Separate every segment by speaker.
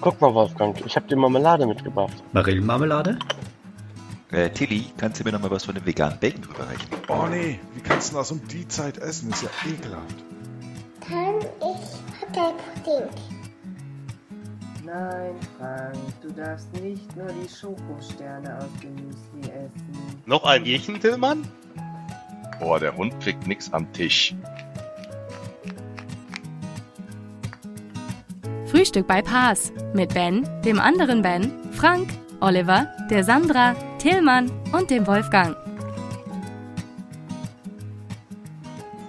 Speaker 1: Guck mal, Wolfgang, ich habe dir Marmelade mitgebracht.
Speaker 2: Marillenmarmelade?
Speaker 3: Äh, Tilly, kannst du mir nochmal was von dem veganen Bacon rüberreichen?
Speaker 4: Oh nee, wie kannst du das um die Zeit essen? Ist ja ekelhaft.
Speaker 5: Kann ich Hotelpudding?
Speaker 6: Nein, Frank, du darfst nicht nur die Schokosterne aus Gemüse essen.
Speaker 7: Noch ein Jächen, Tillmann?
Speaker 8: Boah, der Hund kriegt nix am Tisch.
Speaker 9: Frühstück bei Paas mit Ben, dem anderen Ben, Frank, Oliver, der Sandra, Tillmann und dem Wolfgang.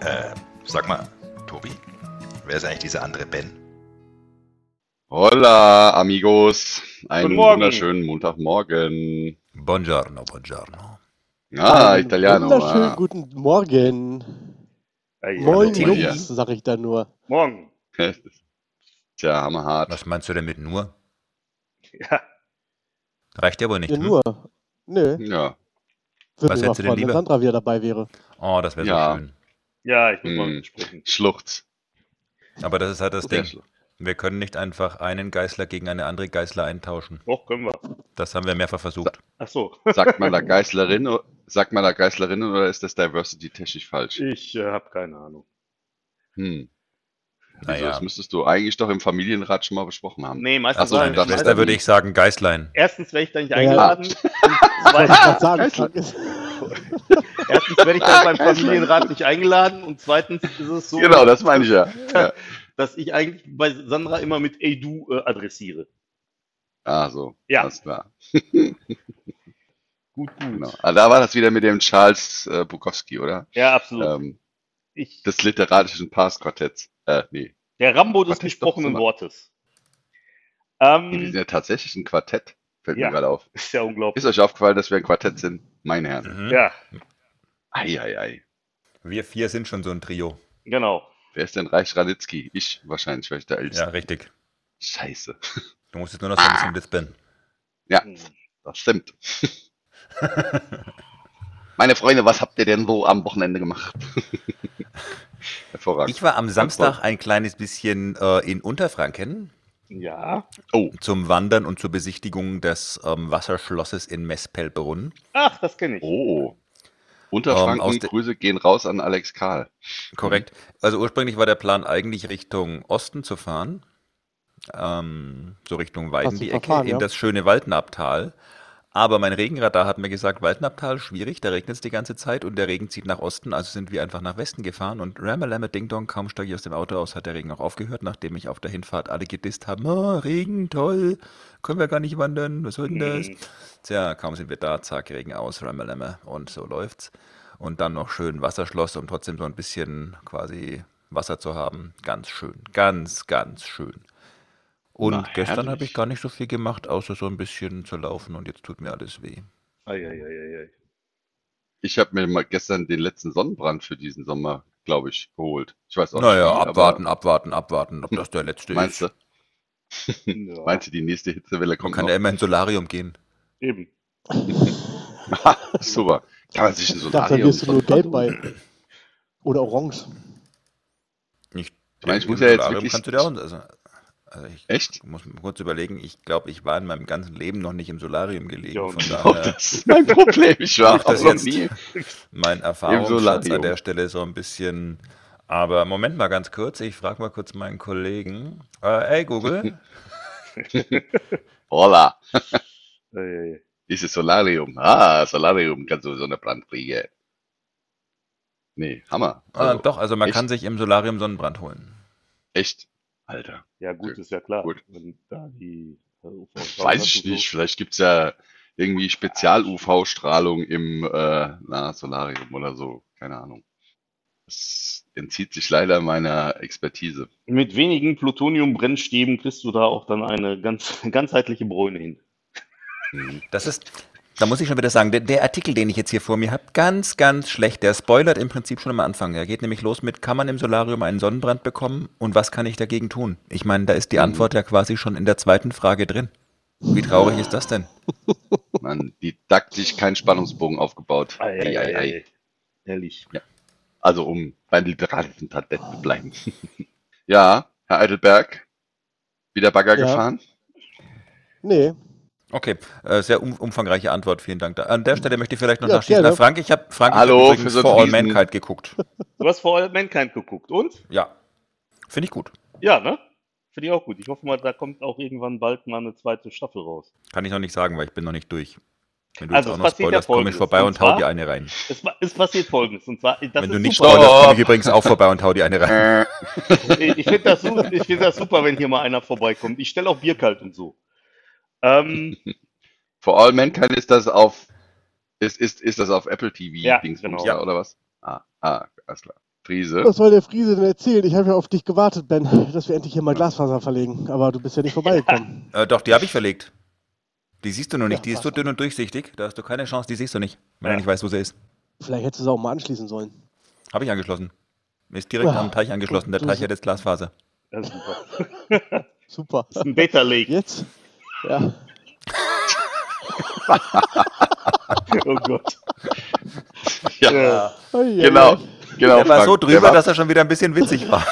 Speaker 3: Äh, sag mal, Tobi, wer ist eigentlich dieser andere Ben?
Speaker 8: Hola, amigos. Einen
Speaker 10: Guten Morgen.
Speaker 8: wunderschönen Montagmorgen.
Speaker 3: Buongiorno, buongiorno.
Speaker 8: Ah,
Speaker 1: Einen
Speaker 8: Italiano.
Speaker 1: Wunderschönen
Speaker 8: Ah.
Speaker 1: guten Morgen. Moin,
Speaker 8: hallo, Tilly.
Speaker 1: Jungs, sag ich da nur.
Speaker 10: Morgen.
Speaker 8: Tja, hammerhart.
Speaker 3: Was meinst du denn mit nur?
Speaker 10: Ja.
Speaker 3: Reicht ja wohl nicht.
Speaker 1: Ja,
Speaker 3: hm?
Speaker 1: nur. Nö,
Speaker 8: Ja.
Speaker 1: würde
Speaker 3: Was
Speaker 1: mich mal
Speaker 3: hättest du denn
Speaker 1: freuen, wenn
Speaker 3: lieber?
Speaker 1: Sandra wieder dabei wäre.
Speaker 3: Oh, das wäre
Speaker 8: Ja.
Speaker 3: so schön.
Speaker 10: Ja, ich muss mal
Speaker 8: Hm.
Speaker 10: mit sprechen.
Speaker 8: Schluchz.
Speaker 3: Aber das ist halt das
Speaker 8: Der
Speaker 3: Ding.
Speaker 8: Schluchz.
Speaker 3: Wir können nicht einfach einen Geißler gegen eine andere Geißler eintauschen.
Speaker 10: Doch, können wir.
Speaker 3: Das haben wir mehrfach versucht.
Speaker 10: Ach so,
Speaker 8: Sagt man da Geißlerin, o- sagt man da Geißlerin oder ist das Diversity technisch falsch?
Speaker 10: ich äh, habe keine Ahnung.
Speaker 8: Hm. Also,
Speaker 3: Naja.
Speaker 8: das müsstest du eigentlich doch im Familienrat schon mal besprochen haben.
Speaker 10: Nee, meistens
Speaker 8: Ach so,
Speaker 10: war
Speaker 8: nein,
Speaker 3: Meine
Speaker 10: ich-
Speaker 8: das-
Speaker 3: Schwester würde ich sagen Geißlein.
Speaker 10: Erstens werde ich da nicht
Speaker 1: Ja.
Speaker 10: eingeladen. und
Speaker 1: Wollte ich
Speaker 10: zweitens,
Speaker 1: grad sagen, Frank ist,
Speaker 10: erstens werde ich dann beim Familienrat nicht eingeladen. Und zweitens ist es so,
Speaker 8: Genau, das meine ich ja. ja.
Speaker 10: dass ich eigentlich bei Sandra immer mit Ey du äh, adressiere.
Speaker 8: Ah, so.
Speaker 10: Ja.
Speaker 8: Alles klar.
Speaker 10: Gut, gut.
Speaker 8: Genau. Ah, da war das wieder mit dem Charles äh, Bukowski, oder?
Speaker 10: Ja, absolut.
Speaker 8: Ähm,
Speaker 10: ich,
Speaker 8: des literarischen Passquartetts. Äh, nee.
Speaker 10: der Rambo des
Speaker 8: Warte, ich stopp,
Speaker 10: gesprochenen
Speaker 8: Sandra.
Speaker 10: Wortes.
Speaker 8: nee. Wir sind
Speaker 10: Ähm,
Speaker 8: ja tatsächlich ein Quartett. Fällt
Speaker 10: Ja.
Speaker 8: mir gerade auf.
Speaker 10: ist ja unglaublich.
Speaker 8: Ist euch aufgefallen, dass wir ein Quartett sind? Meine Herren.
Speaker 3: Mhm.
Speaker 10: Ja,
Speaker 8: Ei, ei, ei.
Speaker 3: Wir vier sind schon so ein Trio.
Speaker 10: genau.
Speaker 8: Wer ist denn Reich Ranitzky? Ich wahrscheinlich, weil ich der Älteste.
Speaker 3: Ja, richtig.
Speaker 8: Scheiße.
Speaker 3: Du musst jetzt nur noch so ein bisschen lispeln.
Speaker 8: Das stimmt. Meine Freunde, was habt ihr denn so am Wochenende gemacht? Hervorragend.
Speaker 3: Ich war am Samstag ein kleines bisschen äh, in Unterfranken
Speaker 10: Ja.
Speaker 3: zum Wandern und zur Besichtigung des ähm, Wasserschlosses in Mespelbrunn.
Speaker 10: Ach, das kenne ich.
Speaker 8: Oh.
Speaker 3: Ähm, aus
Speaker 8: Unterfranken,
Speaker 3: der-
Speaker 8: Grüße gehen raus an Alex Karl.
Speaker 3: Korrekt. Also ursprünglich war der Plan eigentlich Richtung Osten zu fahren, ähm, so Richtung Weiden
Speaker 1: Hast du
Speaker 3: die Ecke,
Speaker 1: verfahren,
Speaker 3: in
Speaker 1: ja?
Speaker 3: das schöne Waldnabtal. Aber mein Regenradar hat mir gesagt, Waldnabtal schwierig, da regnet es die ganze Zeit und der Regen zieht nach Osten, also sind wir einfach nach Westen gefahren und Ramalamme Ding Dong, kaum steige ich aus dem Auto aus, hat der Regen auch aufgehört, nachdem ich auf der Hinfahrt alle gedisst haben, oh, Regen, toll, können wir gar nicht wandern, was soll denn das?
Speaker 10: Hm.
Speaker 3: Tja, kaum sind wir da, zack, Regen aus, Rammelemme und so läuft's. Und dann noch schön Wasserschloss, um trotzdem so ein bisschen quasi Wasser zu haben. Ganz schön, ganz, ganz schön. Und
Speaker 8: Na,
Speaker 3: gestern
Speaker 8: herrlich.
Speaker 3: habe ich gar nicht so viel gemacht, außer so ein bisschen zu laufen und jetzt tut mir alles weh.
Speaker 10: Ei, ei, ei, ei, ei.
Speaker 8: Ich habe mir mal gestern den letzten Sonnenbrand für diesen Sommer, glaube ich, geholt. Ich weiß auch
Speaker 3: Naja,
Speaker 8: nicht. wie,
Speaker 3: abwarten, abwarten, abwarten, ob das der letzte
Speaker 8: Aber meinst du,
Speaker 3: ist.
Speaker 10: Ja,
Speaker 8: meinst du, die nächste Hitzewelle
Speaker 3: Man
Speaker 8: kommt
Speaker 3: kann
Speaker 8: noch?
Speaker 3: ja immer ins Solarium gehen.
Speaker 10: eben.
Speaker 8: Super. Kann man sich ein
Speaker 1: ich dachte, da
Speaker 8: Solarium
Speaker 1: wirst du nur gelb bei. Oder orange.
Speaker 3: Nicht,
Speaker 8: Ich meine, ich
Speaker 3: im
Speaker 8: muss ja jetzt
Speaker 3: Solarium
Speaker 8: wirklich-
Speaker 3: kannst du dir auch, also, also ich
Speaker 8: Echt?
Speaker 3: muss mir kurz überlegen, ich glaube, ich war in meinem ganzen Leben noch nicht im Solarium gelegen.
Speaker 10: Ja, und
Speaker 3: von
Speaker 8: Doch,
Speaker 3: daher,
Speaker 8: das ist mein Problem. Ich war
Speaker 3: Mach das
Speaker 8: auch noch
Speaker 3: jetzt.
Speaker 8: nie.
Speaker 3: mein Erfahrungsschatz an
Speaker 8: Solarium.
Speaker 3: der Stelle so ein bisschen. Aber Moment mal ganz kurz, ich frage mal kurz meinen Kollegen. Äh, ey Google,
Speaker 8: Hola.
Speaker 10: Ei, ei, ei.
Speaker 8: Dieses Solarium. Ah, Solarium kann sowieso eine Brandkriege. Nee, Hammer. Also,
Speaker 3: äh, doch, also man
Speaker 8: echt?
Speaker 3: kann sich im Solarium Sonnenbrand holen.
Speaker 8: Echt? Alter.
Speaker 10: Ja, gut, ist ja klar.
Speaker 8: Gut.
Speaker 10: Wenn da die äh, UV
Speaker 8: Weiß ich
Speaker 10: und
Speaker 8: nicht. Vielleicht gibt's ja irgendwie Spezial-UV-Strahlung im äh, na, Solarium oder so. Keine Ahnung. Das entzieht sich leider meiner Expertise.
Speaker 10: So. Mit wenigen Plutonium-Brennstäben kriegst du da auch dann eine ganz, ganzheitliche Bräune hin.
Speaker 8: Mhm.
Speaker 3: Das ist, da muss ich schon wieder sagen, der, der Artikel, den ich jetzt hier vor mir habe, ganz, ganz schlecht. Der spoilert im Prinzip schon am Anfang. Er geht nämlich los mit, kann man im Solarium einen Sonnenbrand bekommen und was kann ich dagegen tun? Ich meine, da ist die
Speaker 8: Mhm.
Speaker 3: Antwort ja quasi schon in der zweiten Frage drin. Wie traurig ist das denn?
Speaker 8: Man, didaktisch kein Spannungsbogen aufgebaut.
Speaker 10: Ei, ei, ei, ei. Ehrlich.
Speaker 8: Also um beim halt literarischen Tadett zu bleiben. ja, Herr Eidelberg, wieder Bagger
Speaker 1: Ja.
Speaker 8: gefahren?
Speaker 1: Nee,
Speaker 3: Okay, äh, sehr um, umfangreiche Antwort, vielen Dank. Da. An der Stelle möchte ich vielleicht noch
Speaker 1: Ja,
Speaker 3: nachschießen.
Speaker 1: gerne.
Speaker 3: Na, Frank, ich habe Frank ich
Speaker 8: Hallo,
Speaker 3: hab
Speaker 8: für
Speaker 3: übrigens
Speaker 8: so
Speaker 3: For All
Speaker 8: einen Riesen-
Speaker 3: Mankind geguckt.
Speaker 10: Du hast vor allem Äh, Mankind geguckt und?
Speaker 3: Ja, finde ich gut.
Speaker 10: Ja, ne? Finde ich auch gut. Ich hoffe mal, da kommt auch irgendwann bald mal eine zweite Staffel raus.
Speaker 3: Kann ich noch nicht sagen, weil ich bin noch nicht durch. Wenn du
Speaker 10: Also,
Speaker 3: jetzt auch
Speaker 10: es
Speaker 3: noch
Speaker 10: passiert ja
Speaker 3: spoilerst, komme ich
Speaker 10: Folgendes.
Speaker 3: vorbei
Speaker 10: Und
Speaker 3: und hau
Speaker 10: zwar-
Speaker 3: dir eine rein.
Speaker 10: Es, wa- es passiert folgendes. Und zwar, das
Speaker 3: Wenn
Speaker 10: ist
Speaker 3: du nicht
Speaker 10: super. Oh.
Speaker 3: spoilerst, komme ich übrigens auch vorbei und hau dir eine rein.
Speaker 8: Äh,
Speaker 10: Ich finde das, su- ich find das super, wenn hier mal einer vorbeikommt. Ich stelle auch Bier kalt und so. Ähm,
Speaker 8: For All Mankind ist das auf ist, ist, ist das auf Apple TV
Speaker 10: Ja,
Speaker 8: Dingsbums
Speaker 10: genau.
Speaker 8: da, oder was? Ah, ah, alles klar. Friese.
Speaker 1: was soll der Friese denn erzählen? Ich habe ja auf dich gewartet, Ben, dass wir endlich hier mal Glasfaser verlegen. Aber du bist ja nicht vorbeigekommen.
Speaker 3: Äh, doch, die habe ich verlegt. Die siehst du nur nicht.
Speaker 1: Ja,
Speaker 3: die ist so
Speaker 1: passt.
Speaker 3: dünn und durchsichtig. Da hast du keine Chance. Die siehst du nicht, wenn
Speaker 10: Ja.
Speaker 3: du nicht weißt, wo sie ist.
Speaker 1: Vielleicht hättest du es auch mal anschließen sollen.
Speaker 3: Habe ich angeschlossen. Ist direkt
Speaker 1: Ah,
Speaker 3: am Teich angeschlossen. Der
Speaker 1: du-
Speaker 3: Teich hat jetzt Glasfaser.
Speaker 10: das ist super.
Speaker 1: Super.
Speaker 10: Das ist ein Data Lake.
Speaker 1: Jetzt? Ja.
Speaker 10: Oh Gott.
Speaker 8: Ja,
Speaker 10: Ja,
Speaker 1: Oi, oi,
Speaker 8: genau.
Speaker 1: oi.
Speaker 8: genau
Speaker 3: der war
Speaker 8: Frank.
Speaker 3: so drüber,
Speaker 8: Der war-
Speaker 3: dass er schon wieder ein bisschen witzig war.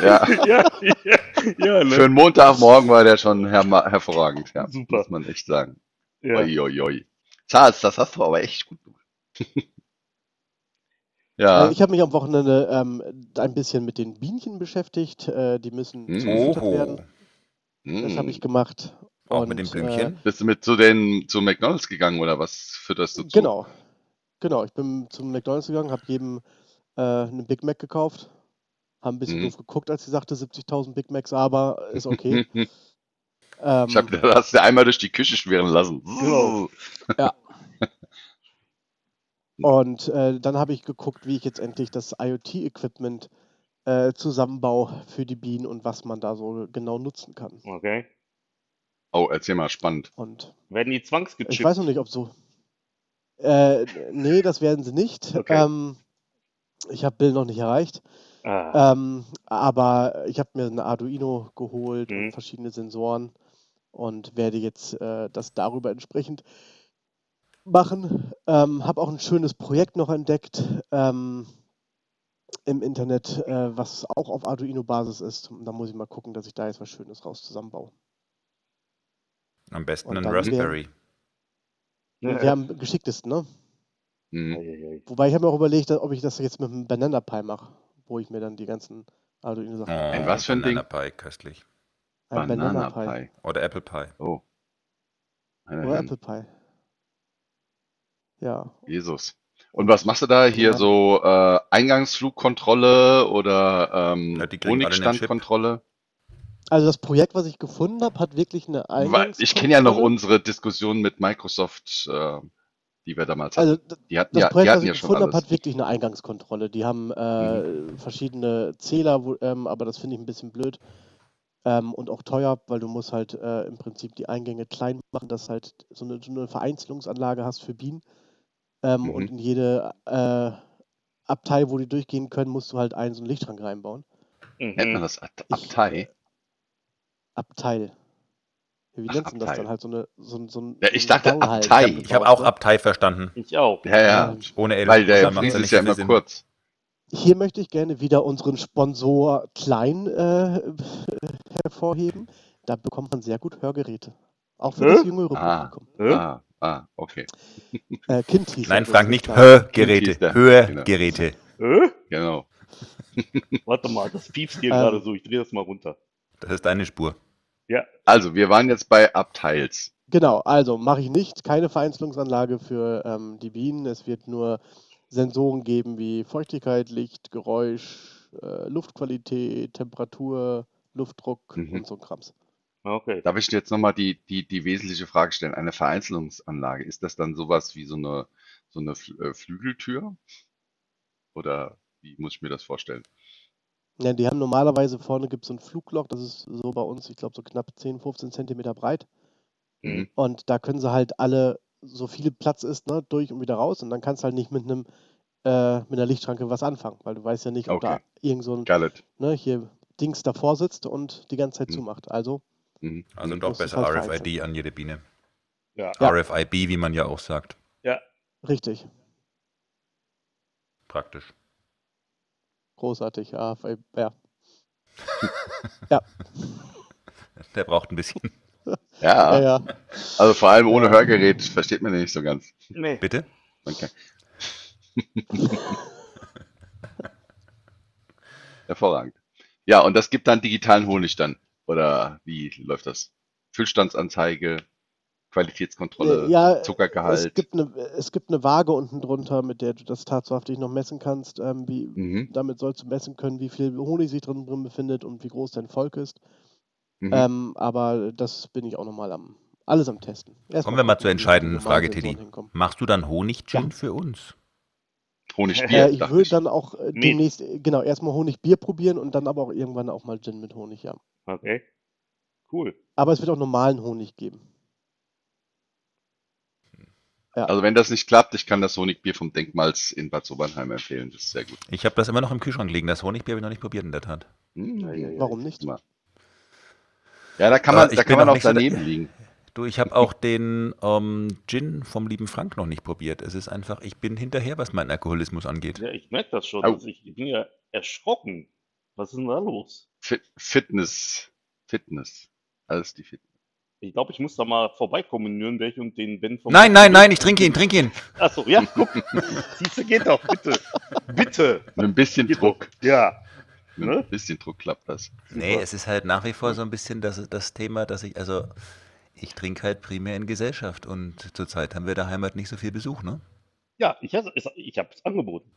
Speaker 8: ja,
Speaker 10: ja, ja, ja,
Speaker 8: Für
Speaker 10: ne?
Speaker 8: einen Montagmorgen war der schon herma- hervorragend. Ja,
Speaker 10: Super.
Speaker 8: Muss man echt sagen.
Speaker 10: ja.
Speaker 8: Uiuiui. Charles, das hast du aber echt gut gemacht. ja,
Speaker 1: Äh, Ich habe mich am Wochenende ähm, ein bisschen mit den Bienchen beschäftigt. Äh, die müssen
Speaker 8: Mhm.
Speaker 1: gefüttert
Speaker 3: Oho. Mhm.
Speaker 1: werden. Das
Speaker 8: mh.
Speaker 1: habe ich gemacht.
Speaker 3: Auch
Speaker 1: Und,
Speaker 3: mit den
Speaker 1: äh,
Speaker 3: Blümchen.
Speaker 8: Bist du mit zu den zu McDonalds gegangen oder was fütterst du zu?
Speaker 1: Genau. Genau, ich bin zum McDonalds gegangen, habe jedem äh, einen Big Mac gekauft. Haben ein bisschen
Speaker 8: Mhm.
Speaker 1: doof geguckt, als sie sagte, 70.000 Big Macs, aber ist okay. ähm,
Speaker 8: Ich hab, das hast du einmal durch die Küche schwirren lassen.
Speaker 10: Genau.
Speaker 1: und äh, dann habe ich geguckt, wie ich jetzt endlich das IoT-Equipment äh, zusammenbaue für die Bienen und was man da so genau nutzen kann.
Speaker 10: Okay.
Speaker 8: Oh, erzähl mal, spannend.
Speaker 1: Und
Speaker 10: Werden die zwangsgechippt?
Speaker 1: ich weiß noch nicht, ob so. Äh, nee, das werden sie nicht.
Speaker 10: Okay.
Speaker 1: Ähm, ich habe Bill noch nicht erreicht.
Speaker 10: ah,
Speaker 1: Ähm, aber ich habe mir ein Arduino geholt
Speaker 10: Mhm.
Speaker 1: und verschiedene Sensoren und werde jetzt äh, das darüber entsprechend machen. Ähm, habe auch ein schönes Projekt noch entdeckt ähm, im Internet, äh, was auch auf Arduino-Basis ist. Und da muss ich mal gucken, dass ich da jetzt was Schönes raus zusammenbaue.
Speaker 3: Am besten
Speaker 1: Und
Speaker 3: ein
Speaker 1: dann
Speaker 3: Raspberry.
Speaker 1: Ja.
Speaker 10: ja.
Speaker 1: am geschicktesten, ne?
Speaker 8: Hm.
Speaker 10: Eieiei.
Speaker 1: Wobei ich habe mir auch überlegt, ob ich das jetzt mit einem Banana Pie mache, wo ich mir dann die ganzen Äh, Arduino-Sachen.
Speaker 3: Ein
Speaker 8: was für ein Ding?
Speaker 3: Oh, Pie, köstlich.
Speaker 1: Ein
Speaker 8: Banana Pie.
Speaker 3: Oder Apple Pie.
Speaker 8: Oh. Meine
Speaker 1: Oder
Speaker 8: Herren,
Speaker 1: Apple Pie. Ja,
Speaker 8: Jesus. Und was machst du da hier
Speaker 1: Ja.
Speaker 8: so äh, Eingangsflugkontrolle oder ähm,
Speaker 3: Ja, die kriegen alle einen Chip.
Speaker 8: Honigstandkontrolle?
Speaker 1: Also das Projekt, was ich gefunden habe, hat wirklich eine Also
Speaker 8: Weil
Speaker 1: Eingangs
Speaker 8: Ich kenne ja noch unsere Diskussion mit Microsoft, äh, die wir damals hatten.
Speaker 1: Also d-
Speaker 8: Die hatten
Speaker 1: das
Speaker 8: ja, die
Speaker 1: Projekt, was
Speaker 8: hatten
Speaker 1: ich
Speaker 8: ja schon
Speaker 1: gefunden habe,
Speaker 8: alles. Mhm.
Speaker 1: hat wirklich eine Eingangskontrolle. Die haben äh, verschiedene Zähler, wo, ähm, aber das finde ich ein bisschen blöd ähm, und auch teuer, weil du musst halt äh, im Prinzip die Eingänge klein machen, dass halt so eine, so eine Vereinzelungsanlage hast für Bienen ähm,
Speaker 8: Mhm.
Speaker 1: und in jede äh, Abteil, wo die durchgehen können, musst du halt einen so einen Lichtschrank reinbauen. Äh,
Speaker 8: Nennt man
Speaker 10: Mhm.
Speaker 8: das Ab- Abtei?
Speaker 1: Abteil. Wie
Speaker 8: Ach,
Speaker 1: nennt man das
Speaker 8: Abteil.
Speaker 1: dann halt so eine so, ein- so ein
Speaker 8: Ja,
Speaker 1: so
Speaker 8: ich
Speaker 1: ein
Speaker 8: dachte
Speaker 1: Gang halt
Speaker 8: Abtei.
Speaker 1: gebaut,
Speaker 3: Ich habe auch
Speaker 1: ne?
Speaker 3: Abtei verstanden.
Speaker 10: Ich auch.
Speaker 8: Ja, ja.
Speaker 1: Ähm,
Speaker 3: Ohne L.
Speaker 8: Weil der
Speaker 3: Da macht's
Speaker 8: Fries ist
Speaker 3: nicht
Speaker 8: ja
Speaker 3: viel
Speaker 8: immer
Speaker 3: Sinn.
Speaker 8: kurz.
Speaker 1: Hier möchte ich gerne wieder unseren Sponsor Klein äh, hervorheben. Da bekommt man sehr gut Hörgeräte. Auch für
Speaker 10: Hä?
Speaker 1: das jüngere
Speaker 8: Ah.
Speaker 1: Publikum.
Speaker 10: Hä?
Speaker 8: Ah, ah, okay.
Speaker 1: Äh, kind hieß
Speaker 3: Nein,
Speaker 1: das
Speaker 3: Frank,
Speaker 1: mit
Speaker 3: nicht
Speaker 1: Klein.
Speaker 8: Kind
Speaker 3: Hörgeräte.
Speaker 8: hieß der.
Speaker 3: Hörgeräte.
Speaker 10: Äh?
Speaker 8: Genau.
Speaker 10: Warte mal, das piepst hier
Speaker 1: Ähm.
Speaker 10: gerade so. Ich drehe das mal runter.
Speaker 3: Das ist deine Spur.
Speaker 8: Also, wir waren jetzt bei Abteils.
Speaker 1: Genau, also mache ich nicht. Keine Vereinzelungsanlage für ähm, die Bienen. Es wird nur Sensoren geben wie Feuchtigkeit, Licht, Geräusch, äh, Luftqualität, Temperatur, Luftdruck
Speaker 8: Mhm.
Speaker 1: und so ein Krams.
Speaker 10: Okay.
Speaker 8: Darf ich dir jetzt nochmal die, die, die wesentliche Frage stellen? Eine Vereinzelungsanlage, ist das dann sowas wie so eine, so eine Fl- äh, Flügeltür? Oder wie muss ich mir das vorstellen?
Speaker 1: Ja, die haben normalerweise vorne gibt es so ein Fluglok, das ist so bei uns, ich glaube, so knapp 10, 15 Zentimeter breit.
Speaker 8: Mhm.
Speaker 1: Und da können sie halt alle, so viel Platz ist, ne, durch und wieder raus. Und dann kannst du halt nicht mit einem, äh, mit einer Lichtschranke was anfangen, weil du weißt ja nicht, ob
Speaker 8: Okay.
Speaker 1: da irgend so ein,
Speaker 8: Gallet.
Speaker 1: ne, hier Dings davor sitzt und die ganze Zeit
Speaker 8: Mhm.
Speaker 1: zumacht. Also,
Speaker 8: Mhm.
Speaker 3: Also
Speaker 8: Mhm.
Speaker 3: doch
Speaker 1: Das ist
Speaker 3: besser
Speaker 1: halt
Speaker 3: RFID an jede Biene.
Speaker 10: Ja.
Speaker 1: Ja.
Speaker 3: RFIB, wie man ja auch sagt.
Speaker 1: richtig,
Speaker 3: Praktisch.
Speaker 1: großartig. Ja, weil- ja.
Speaker 3: Der braucht ein bisschen.
Speaker 8: Ja,
Speaker 1: Ja, ja.
Speaker 8: also vor allem ohne Hörgerät versteht man den nicht so ganz.
Speaker 10: Nee.
Speaker 3: Bitte?
Speaker 8: Okay. Hervorragend. Ja, und das gibt dann digitalen Honig dann. Oder wie läuft das? Füllstandsanzeige, Qualitätskontrolle,
Speaker 1: Äh,
Speaker 10: äh,
Speaker 1: Ja, Es
Speaker 8: Zuckergehalt.
Speaker 1: gibt, eine, es gibt eine Waage unten drunter, mit der du das tatsächlich noch messen kannst. Ähm, wie,
Speaker 8: Mhm.
Speaker 1: damit sollst du messen können, wie viel Honig sich drin, drin befindet und wie groß dein Volk ist.
Speaker 8: Mhm.
Speaker 1: Ähm, aber das bin ich auch nochmal am alles am Testen. Erst
Speaker 3: Kommen wir mal
Speaker 1: gucken,
Speaker 3: zur
Speaker 1: wie
Speaker 3: entscheidenden
Speaker 1: normale
Speaker 3: Frage,
Speaker 1: Sensoren
Speaker 3: Teddy.
Speaker 1: hinkommen.
Speaker 3: Machst du dann Honiggin
Speaker 1: Ja.
Speaker 3: für uns?
Speaker 8: Honigbier,
Speaker 1: Äh, ich
Speaker 8: dachte
Speaker 1: würde
Speaker 8: ich.
Speaker 1: dann auch äh,
Speaker 10: Nee.
Speaker 1: demnächst, äh, genau, erstmal Honigbier probieren und dann aber auch irgendwann auch mal Gin mit Honig, ja.
Speaker 10: Okay. Cool.
Speaker 1: Aber es wird auch normalen Honig geben.
Speaker 8: Also wenn das nicht klappt, ich kann das Honigbier vom Denkmals in Bad Sobernheim empfehlen. Das ist sehr gut.
Speaker 3: Ich habe das immer noch im Kühlschrank liegen. Das Honigbier habe ich noch nicht probiert in der Tat.
Speaker 8: Mhm.
Speaker 1: Warum nicht?
Speaker 8: Mal. Ja, da kann
Speaker 3: Aber
Speaker 8: man,
Speaker 3: Äh, ich
Speaker 8: da
Speaker 3: bin
Speaker 8: kann man
Speaker 3: auch
Speaker 8: auch
Speaker 3: nicht so der-
Speaker 8: daneben liegen.
Speaker 3: Du, ich habe auch den ähm, Gin vom lieben Frank noch nicht probiert. Es ist einfach, ich bin hinterher, was meinen Alkoholismus angeht.
Speaker 10: Ja, ich merke das schon.
Speaker 8: Au.
Speaker 10: Also ich, ich bin ja erschrocken. Was ist denn da los?
Speaker 8: Fit, Fitness. Fitness. Alles die Fitness.
Speaker 10: Ich glaube, ich muss da mal vorbeikommen in Nürnberg und den Ben vom.
Speaker 3: Nein, nein, nein, ich trinke ihn, trinke ihn.
Speaker 10: Achso, ja, guck. Siehst du, geht doch, bitte. Bitte.
Speaker 8: Mit ein bisschen
Speaker 10: Geht
Speaker 8: Druck.
Speaker 10: doch. Ja.
Speaker 8: Mit
Speaker 10: Ne?
Speaker 8: ein bisschen Druck klappt das.
Speaker 3: Nee, es ist halt nach wie vor so ein bisschen das, das Thema, dass ich, also ich trinke halt primär in Gesellschaft und zurzeit haben wir daheim halt nicht so viel Besuch, ne?
Speaker 10: Ja, ich, has- es- ich habe es angeboten.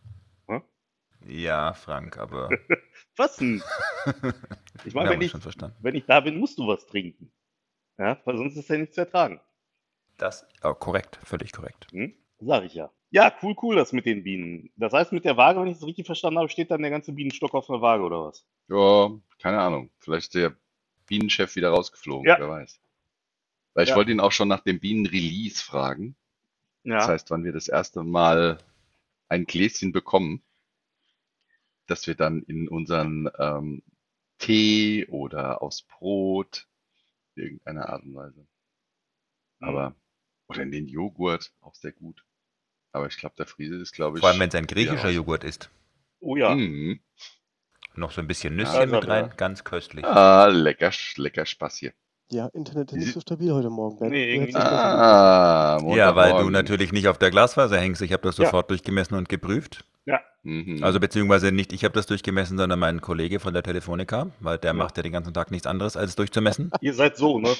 Speaker 10: Hm?
Speaker 3: Ja, Frank, aber
Speaker 10: Was denn? Ich
Speaker 3: wir
Speaker 10: meine,
Speaker 3: haben
Speaker 10: wenn
Speaker 3: uns
Speaker 10: ich,
Speaker 3: schon verstanden.
Speaker 10: wenn ich da bin, musst du was trinken. Ja, weil sonst ist ja nichts zu ertragen.
Speaker 3: Das, oh, korrekt, völlig korrekt.
Speaker 10: Sag ich ja. Ja, cool, cool, das mit den Bienen. Das heißt, mit der Waage, wenn ich es richtig verstanden habe, steht dann der ganze Bienenstock auf einer Waage oder was?
Speaker 8: Ja, keine Ahnung. Vielleicht ist der Bienenchef wieder rausgeflogen,
Speaker 10: Ja.
Speaker 8: wer weiß. Weil ich
Speaker 10: Ja.
Speaker 8: wollte ihn auch schon nach dem Bienenrelease fragen.
Speaker 10: Ja.
Speaker 8: Das heißt, wann wir das erste Mal ein Gläschen bekommen, dass wir dann in unseren ähm, Tee oder aus Brot, in irgendeiner Art und Weise.
Speaker 10: Mhm.
Speaker 8: Aber, oder in den Joghurt, auch sehr gut. Aber ich glaube, der Friese ist, glaube ich.
Speaker 3: Vor allem, wenn es ein griechischer
Speaker 8: Ja.
Speaker 3: Joghurt ist.
Speaker 10: oh ja.
Speaker 8: Mhm.
Speaker 3: Noch so ein bisschen
Speaker 8: Ja,
Speaker 3: Nüsschen
Speaker 10: das
Speaker 3: mit
Speaker 10: hat
Speaker 3: rein,
Speaker 10: er.
Speaker 3: ganz köstlich.
Speaker 8: Ah, lecker, lecker Spaß hier.
Speaker 1: Ja, Internet ist nicht
Speaker 8: Sie-
Speaker 1: so stabil heute Morgen, Ben.
Speaker 10: Nee,
Speaker 1: Du hättest
Speaker 10: irgendwie
Speaker 1: dich besser-
Speaker 8: Ah,
Speaker 3: Ja, weil du
Speaker 8: Montagmorgen.
Speaker 3: natürlich nicht auf der Glasfaser hängst. Ich habe das
Speaker 10: Ja.
Speaker 3: sofort durchgemessen und geprüft.
Speaker 8: Mhm.
Speaker 3: Also beziehungsweise nicht ich habe das durchgemessen, sondern mein Kollege von der Telefonica, weil der
Speaker 10: Ja.
Speaker 3: macht ja den ganzen Tag nichts anderes, als durchzumessen.
Speaker 10: Ihr seid so, ne?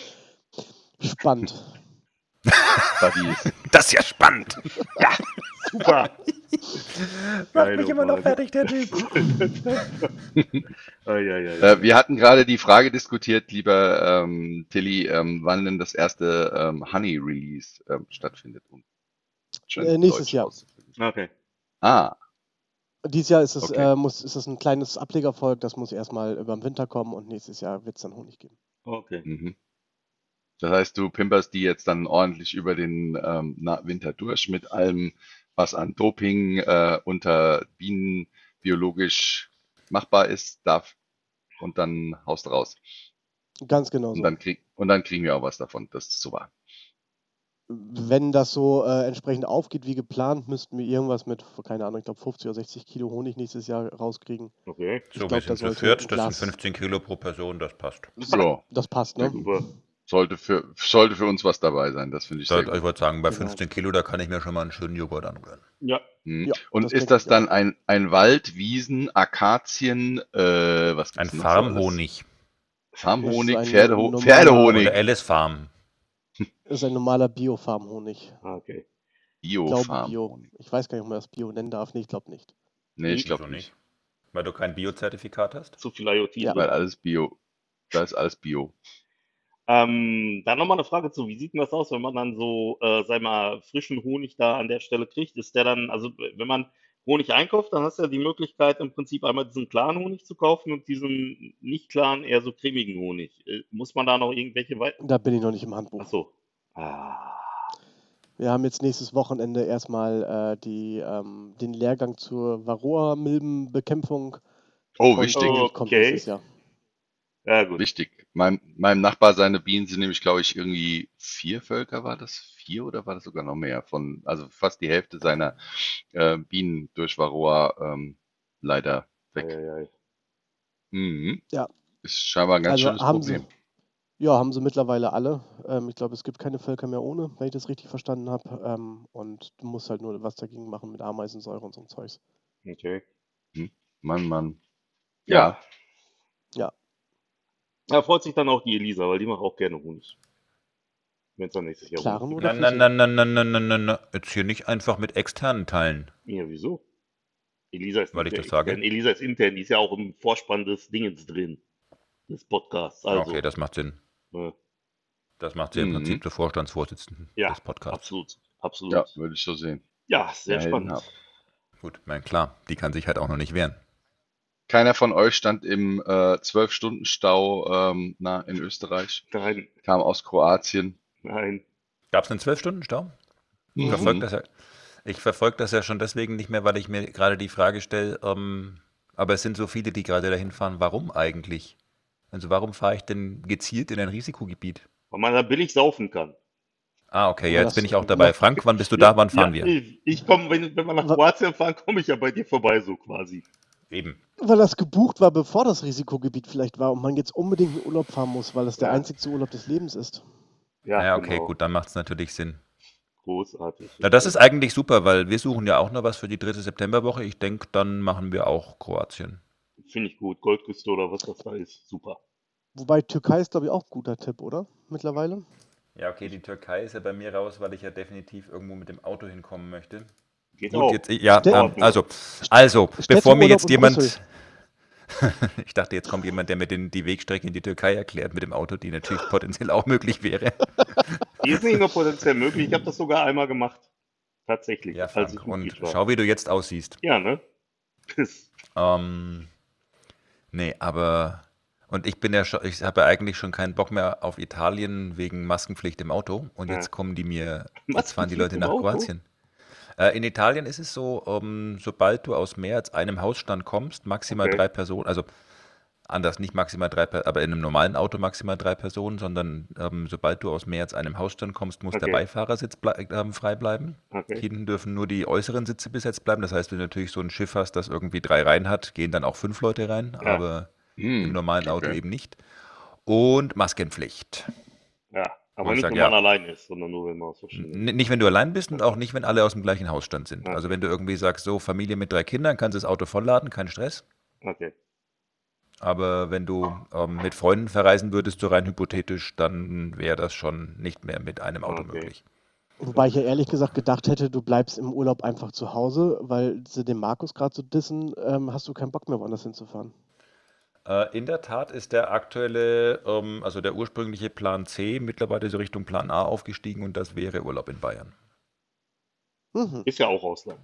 Speaker 1: Spannend.
Speaker 8: Buddies.
Speaker 3: Das ist ja spannend.
Speaker 10: Super.
Speaker 3: Macht
Speaker 10: Geil,
Speaker 3: mich
Speaker 10: oh
Speaker 3: immer noch
Speaker 10: Mann.
Speaker 3: fertig, der Typ.
Speaker 10: Ah, ja, ja, ja.
Speaker 8: Äh, wir hatten gerade die Frage diskutiert, lieber ähm, Tilly, ähm, wann denn das erste ähm, Honey Release ähm, stattfindet. Um schön
Speaker 1: Äh, nächstes
Speaker 8: Deutsch
Speaker 1: Jahr.
Speaker 8: auszudrücken.
Speaker 10: Okay.
Speaker 8: Ah,
Speaker 1: Dieses Jahr ist es,
Speaker 8: Okay.
Speaker 1: äh, muss, ist es ein kleines Ablegervolk, das muss erstmal über den Winter kommen und nächstes Jahr wird es dann Honig geben.
Speaker 10: Okay.
Speaker 8: mhm. Das heißt, du pimperst die jetzt dann ordentlich über den ähm, Na- Winter durch mit allem, was an Doping äh, unter Bienen biologisch machbar ist, darf. Und dann haust du raus.
Speaker 1: Ganz genau
Speaker 8: Und
Speaker 1: so.
Speaker 8: dann, krieg und dann kriegen wir auch was davon. Das ist super.
Speaker 1: Wenn das so äh, entsprechend aufgeht wie geplant, müssten wir irgendwas mit, keine Ahnung, ich glaube 50 oder 60 Kilo Honig nächstes Jahr rauskriegen.
Speaker 10: Okay.
Speaker 1: Ich glaub, da sollte ein Glas-
Speaker 3: Kilo pro Person, das passt.
Speaker 8: So.
Speaker 1: Das passt, ne?
Speaker 10: Super.
Speaker 8: Sollte für, sollte für uns was dabei sein, das finde ich sehr
Speaker 3: Sollte
Speaker 8: gut.
Speaker 3: euch was sagen, bei
Speaker 1: Genau.
Speaker 3: 15 Kilo, da kann ich mir schon mal einen schönen Joghurt anrühren.
Speaker 10: Ja.
Speaker 8: Mhm.
Speaker 1: Ja,
Speaker 8: Und
Speaker 1: das
Speaker 8: ist
Speaker 1: denke
Speaker 8: das
Speaker 1: ich
Speaker 8: dann ein, ein Wald, Wiesen, Akazien, äh, was
Speaker 3: Ein
Speaker 8: gibt's noch so alles?
Speaker 3: Farmhonig
Speaker 8: Farmhonig,
Speaker 1: Das ist ein
Speaker 8: Pferdeho
Speaker 1: normaler-
Speaker 8: Pferdehonig,
Speaker 3: oder Alice Farm.
Speaker 1: Das ist ein normaler Biofarm-Honig.
Speaker 10: Ah, Okay.
Speaker 1: Ich glaube Bio.
Speaker 8: Biofarmhonig.
Speaker 1: Ich weiß gar nicht, ob man das Bio nennen darf. Nee, ich glaube nicht.
Speaker 8: Nee, ich
Speaker 10: Wieso
Speaker 8: glaube nicht.
Speaker 3: Weil du kein Bio-Zertifikat hast?
Speaker 10: Zu viel IoT.
Speaker 1: Ja.
Speaker 8: Weil alles Bio. Da ist alles Bio.
Speaker 10: Ähm, dann nochmal eine Frage zu, wie sieht denn das aus, wenn man dann so, äh, sag mal, frischen Honig da an der Stelle kriegt? Ist der dann, also wenn man Honig einkauft, dann hast du ja die Möglichkeit, im Prinzip einmal diesen klaren Honig zu kaufen und diesen nicht klaren, eher so cremigen Honig. Äh, muss man da noch irgendwelche wei-
Speaker 1: Da bin ich noch nicht im Handbuch.
Speaker 10: Ach so. Ah,
Speaker 1: Wir haben jetzt nächstes Wochenende erstmal äh, die, ähm, den Lehrgang zur Varroa-Milbenbekämpfung.
Speaker 8: Oh,
Speaker 1: Und
Speaker 8: wichtig,
Speaker 1: Honig kommt
Speaker 10: Okay.
Speaker 1: nächstes Jahr.
Speaker 10: ja gut.
Speaker 8: wichtig. Mein, meinem Nachbar, seine Bienen sind nämlich, glaube ich, irgendwie vier Völker war das? Vier oder war das sogar noch mehr? Von, also fast die Hälfte seiner äh, Bienen durch Varroa ähm, leider weg.
Speaker 10: Ei, ei, ei.
Speaker 8: Mhm.
Speaker 1: Ja.
Speaker 8: Ist scheinbar ein ganz
Speaker 1: also
Speaker 8: schönes
Speaker 1: haben
Speaker 8: Problem.
Speaker 1: sie. Ja, haben sie mittlerweile alle. Ähm, ich glaube, es gibt keine Völker mehr ohne, wenn ich das richtig verstanden habe. Ähm, und du musst halt nur was dagegen machen mit Ameisensäure und so ein Zeugs.
Speaker 10: Okay.
Speaker 8: Mann, Mann.
Speaker 10: Ja.
Speaker 8: Ja,
Speaker 10: Da freut sich dann auch die Elisa, weil die macht auch gerne Honig. Wenn es dann nächstes Jahr
Speaker 1: Klaren
Speaker 10: Honig
Speaker 1: oder
Speaker 3: Na,
Speaker 10: gibt.
Speaker 3: na, na, na, na, na, na, na, na. Jetzt hier nicht einfach mit externen Teilen.
Speaker 10: Ja, wieso? Elisa ist
Speaker 3: Weil ich
Speaker 10: intern-
Speaker 3: das sage?
Speaker 10: Denn Elisa ist intern, die ist ja auch im Vorspann des Dingens drin. Des Podcasts. Also,
Speaker 3: Okay, das macht Sinn.
Speaker 10: äh,
Speaker 3: Das macht sie im
Speaker 8: Mhm.
Speaker 3: Prinzip zur Vorstandsvorsitzenden
Speaker 10: Ja,
Speaker 3: des Podcasts.
Speaker 10: absolut. Absolut.
Speaker 8: ja,
Speaker 10: Ja,
Speaker 8: würde ich so sehen.
Speaker 10: sehr
Speaker 8: Ja,
Speaker 10: spannend.
Speaker 8: heldenhaft.
Speaker 3: Gut, mein klar, die kann sich halt auch noch nicht wehren.
Speaker 8: Keiner von euch stand im äh, 12-Stunden-Stau ähm, na, in Österreich,
Speaker 10: Nein,
Speaker 8: kam aus Kroatien.
Speaker 10: nein.
Speaker 3: Gab es einen 12-Stunden-Stau?
Speaker 10: Mhm.
Speaker 3: Ich verfolge das, ja, ich verfolg das ja schon deswegen nicht mehr, weil ich mir gerade die Frage stelle, ähm, aber es sind so viele, die gerade dahin fahren, warum eigentlich? Also warum fahre ich denn gezielt in ein Risikogebiet?
Speaker 10: Weil man da billig saufen kann.
Speaker 3: Ah, okay,
Speaker 1: Ja,
Speaker 3: ja, jetzt
Speaker 1: das-
Speaker 3: bin ich auch dabei. Frank, wann bist du da? Wann fahren wir?
Speaker 10: Ich, ich komme, wenn, wenn wir nach
Speaker 1: Wa-
Speaker 10: Kroatien fahren, komme ich ja bei dir vorbei, so quasi.
Speaker 3: Eben.
Speaker 1: Weil das gebucht war, bevor das Risikogebiet vielleicht war und man jetzt unbedingt in Urlaub fahren muss, weil das der
Speaker 10: Ja.
Speaker 1: einzigste Urlaub des Lebens ist.
Speaker 10: Ja,
Speaker 3: ja, okay,
Speaker 10: genau.
Speaker 3: gut, dann macht es natürlich Sinn.
Speaker 10: Großartig.
Speaker 3: Na, das ist eigentlich super, weil wir suchen ja auch noch was für die dritte Septemberwoche. Ich denke, dann machen wir auch Kroatien.
Speaker 10: Finde ich gut. Goldküste oder was das da ist. Super.
Speaker 1: Wobei Türkei ist, glaube ich, auch ein guter Tipp, oder? Mittlerweile.
Speaker 3: Ja, okay, die Türkei ist ja bei mir raus, weil ich ja definitiv irgendwo mit dem Auto hinkommen möchte.
Speaker 10: Geht
Speaker 3: Gut,
Speaker 10: auch.
Speaker 3: jetzt, ja,
Speaker 1: Ste-
Speaker 3: ähm, also, also bevor mir
Speaker 1: Städteurlaub
Speaker 3: jetzt
Speaker 1: in
Speaker 3: jemand.
Speaker 1: Brüssel.
Speaker 3: ich dachte, jetzt kommt jemand, der mir den, die Wegstrecke in die Türkei erklärt mit dem Auto, die natürlich potenziell auch möglich wäre.
Speaker 10: Die ist nicht nur potenziell möglich. Ich habe das sogar einmal gemacht. Tatsächlich.
Speaker 3: Ja,
Speaker 10: als
Speaker 3: Frank,
Speaker 10: ich
Speaker 3: und
Speaker 10: Mitglied war.
Speaker 3: schau, wie du jetzt aussiehst.
Speaker 10: Ja, ne? Das,
Speaker 3: Ähm, nee, aber. Und ich bin ja schon, ich habe ja eigentlich schon keinen Bock mehr auf Italien wegen Maskenpflicht im Auto. Und
Speaker 10: Ja.
Speaker 3: jetzt kommen die mir, jetzt fahren die
Speaker 10: Maskenpflicht
Speaker 3: Leute
Speaker 10: im
Speaker 3: nach
Speaker 10: Auto?
Speaker 3: Kroatien. Äh, in Italien ist es so, ähm, sobald du aus mehr als einem Hausstand kommst, maximal
Speaker 10: Okay.
Speaker 3: drei Personen, also anders, nicht maximal drei Personen, aber in einem normalen Auto maximal drei Personen, sondern ähm, sobald du aus mehr als einem Hausstand kommst, muss der
Speaker 10: Okay.
Speaker 3: Beifahrersitz blei- ähm, frei bleiben.
Speaker 10: okay.
Speaker 3: Hinten dürfen nur die äußeren Sitze besetzt bleiben. Das heißt, wenn du natürlich so ein Schiff hast, das irgendwie drei Reihen hat, gehen dann auch fünf Leute rein,
Speaker 10: Ja.
Speaker 3: aber
Speaker 8: Hm,
Speaker 3: im normalen Auto
Speaker 8: okay.
Speaker 3: eben nicht. Und Maskenpflicht.
Speaker 10: Ja,
Speaker 3: Wo
Speaker 10: aber
Speaker 3: ich
Speaker 10: nicht,
Speaker 3: sag,
Speaker 10: wenn
Speaker 3: ja.
Speaker 10: man allein ist, sondern nur, wenn man aus verschiedenen.
Speaker 3: N nicht, wenn du allein bist und auch nicht, wenn alle aus dem gleichen Hausstand sind.
Speaker 10: Ja.
Speaker 3: Also wenn du irgendwie sagst, so Familie mit drei Kindern, kannst du das Auto vollladen, kein Stress.
Speaker 10: Okay.
Speaker 3: Aber wenn du ähm, mit Freunden verreisen würdest, so rein hypothetisch, dann wäre das schon nicht mehr mit einem Auto
Speaker 10: Okay.
Speaker 3: möglich.
Speaker 1: Wobei ich ja ehrlich gesagt gedacht hätte, du bleibst im Urlaub einfach zu Hause, weil sie den Markus gerade zu dissen, ähm, hast du keinen Bock mehr, woanders hinzufahren.
Speaker 3: Äh, in der Tat ist der aktuelle, ähm, also der ursprüngliche Plan C mittlerweile so Richtung Plan A aufgestiegen und das wäre Urlaub in Bayern.
Speaker 1: Mhm.
Speaker 10: Ist ja auch Ausland.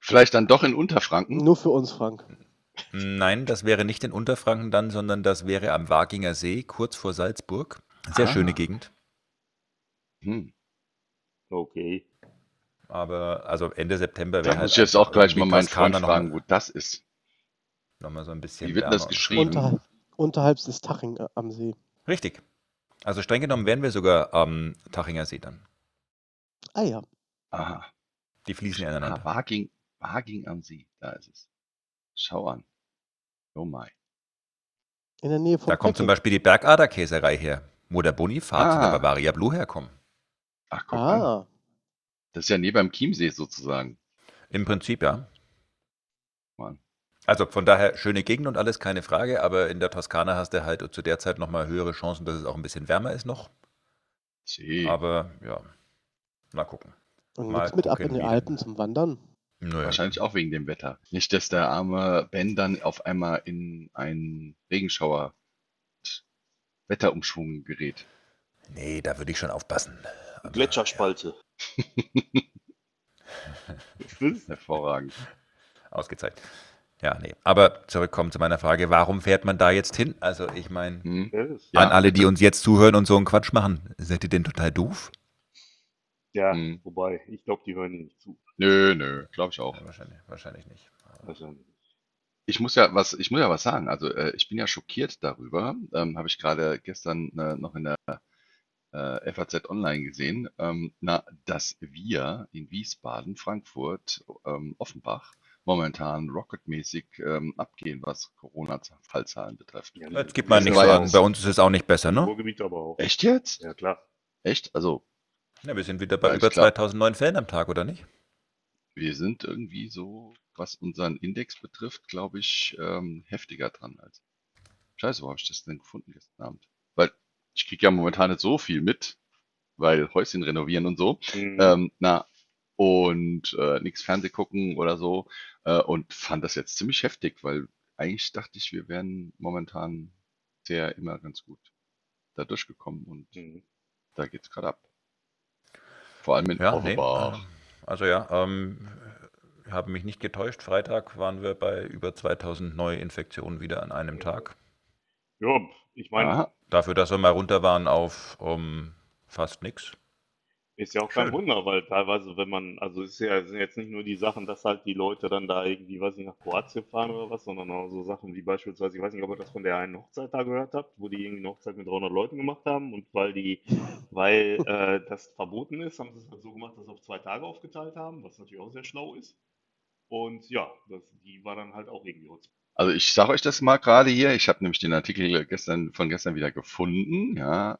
Speaker 8: Vielleicht dann doch in Unterfranken.
Speaker 1: Nur für uns, Frank.
Speaker 3: Nein, das wäre nicht in Unterfranken dann, sondern das wäre am Waginger See, kurz vor Salzburg. Sehr
Speaker 8: Ah.
Speaker 3: schöne Gegend.
Speaker 8: Hm.
Speaker 10: Okay.
Speaker 3: Aber also Ende September wäre
Speaker 8: Da
Speaker 3: halt.
Speaker 8: muss ich jetzt
Speaker 3: einfach
Speaker 8: auch gleich mal
Speaker 3: irgendwie
Speaker 8: meinen Freund
Speaker 3: Toskana noch
Speaker 8: fragen,
Speaker 3: mal-
Speaker 8: wo das ist.
Speaker 3: Noch mal so ein bisschen
Speaker 8: Wie wird denn das
Speaker 3: wärmer.
Speaker 8: geschrieben?
Speaker 1: Unterhalb, unterhalb des Taching äh, am See.
Speaker 3: Richtig. Also streng genommen wären wir sogar am Tachinger See dann.
Speaker 1: Ah ja.
Speaker 8: Aha.
Speaker 3: Die fließen ja
Speaker 8: Ah,
Speaker 3: ineinander.
Speaker 8: Waging, Waging am See. Da ist es. Schau an. Oh my.
Speaker 1: In der Nähe von
Speaker 3: Da kommt zum
Speaker 1: Peking.
Speaker 3: Beispiel die Bergaderkäserei her, wo der Bonifat und
Speaker 8: Ah.
Speaker 3: der Bavaria Blue herkommen.
Speaker 8: Ach, guck an.
Speaker 1: Ah,
Speaker 8: Das ist ja neben dem Chiemsee sozusagen.
Speaker 3: Im Prinzip ja.
Speaker 8: Mann.
Speaker 3: Also von daher schöne Gegend und alles, keine Frage, aber in der Toskana hast du halt zu der Zeit nochmal höhere Chancen, dass es auch ein bisschen wärmer ist noch.
Speaker 8: See.
Speaker 3: Aber ja, mal gucken.
Speaker 1: und
Speaker 3: Mal
Speaker 1: nichts mit ab
Speaker 3: gucken,
Speaker 1: in den
Speaker 3: wie-
Speaker 1: Alpen zum Wandern.
Speaker 3: Naja.
Speaker 8: Wahrscheinlich auch wegen dem Wetter. Nicht, dass der arme Ben dann auf einmal in einen Regenschauer und Wetterumschwung gerät.
Speaker 3: Nee, da würde ich schon aufpassen. Aber,
Speaker 10: Gletscherspalte. Das ist-
Speaker 8: Hervorragend.
Speaker 3: Ja, ausgezeichnet. Ja, nee. Aber zurückkommen zu meiner Frage, warum fährt man da jetzt hin? Also ich meine,
Speaker 8: Hm?
Speaker 10: das ist-
Speaker 8: Ja.
Speaker 3: an alle, die uns jetzt zuhören und so einen Quatsch machen, seid ihr denn total doof?
Speaker 10: Ja,
Speaker 8: Mhm.
Speaker 10: wobei, ich glaube, die hören ihnen nicht zu.
Speaker 8: Nö, nö, glaube ich auch.
Speaker 3: Ja, wahrscheinlich, wahrscheinlich nicht.
Speaker 10: Wahrscheinlich.
Speaker 8: Hm? Ich muss ja was, ich muss ja was sagen. Also äh, ich bin ja schockiert darüber. Ähm, Habe ich gerade gestern äh, noch in der äh, FAZ Online gesehen, ähm, na, dass wir in Wiesbaden, Frankfurt, ähm, Offenbach momentan rocketmäßig ähm, abgehen, was Corona-Fallzahlen betrifft.
Speaker 10: Ja, ne.
Speaker 3: Jetzt gibt man
Speaker 8: Das
Speaker 3: nichts
Speaker 8: war ja
Speaker 3: an. Bei uns ist es auch nicht besser, ne?
Speaker 10: Ruhrgebiet aber auch.
Speaker 8: Echt jetzt?
Speaker 10: Ja, klar.
Speaker 8: Echt? Also,
Speaker 3: Ja, wir sind wieder bei
Speaker 8: Alles
Speaker 3: über
Speaker 8: klar.
Speaker 3: 2000 neuen Fällen am Tag, oder nicht?
Speaker 8: wir sind irgendwie so, was unseren Index betrifft, glaube ich, ähm, heftiger dran als. Scheiße, wo habe ich das denn gefunden gestern Abend? Weil ich kriege ja momentan nicht so viel mit, weil Häuschen renovieren und so.
Speaker 10: Mhm.
Speaker 8: Ähm, na, und äh, nichts Fernseh gucken oder so. Äh, und fand das jetzt ziemlich heftig, weil eigentlich dachte ich, wir wären momentan sehr immer ganz gut da durchgekommen und
Speaker 10: Mhm.
Speaker 8: da geht's gerade ab. Vor allem in
Speaker 3: Ja, nee.
Speaker 8: Offenbach.
Speaker 3: ähm, Also ja, ähm, ich habe mich nicht getäuscht. Freitag waren wir bei über 2000 Neuinfektionen wieder an einem Tag.
Speaker 10: Ja, ich meine,
Speaker 8: Ja,
Speaker 3: Dafür, dass wir mal runter waren auf um, fast nichts.
Speaker 10: Ist ja auch kein Wunder, Genau, weil teilweise, wenn man, also es ist ja, es sind jetzt nicht nur die Sachen, dass halt die Leute dann da irgendwie, weiß ich, nach Kroatien fahren oder was, sondern auch so Sachen wie beispielsweise, ich weiß nicht, ob ihr das von der einen Hochzeit da gehört habt, wo die irgendwie eine Hochzeit mit 300 Leuten gemacht haben und weil die, weil äh, das verboten ist, haben sie es halt so gemacht, dass sie auf zwei Tage aufgeteilt haben, was natürlich auch sehr schlau ist. Und ja, das, die war dann halt auch irgendwie Hotspot.
Speaker 8: Also ich sage euch das mal gerade hier. Ich habe nämlich den Artikel gestern von gestern wieder gefunden. Ja,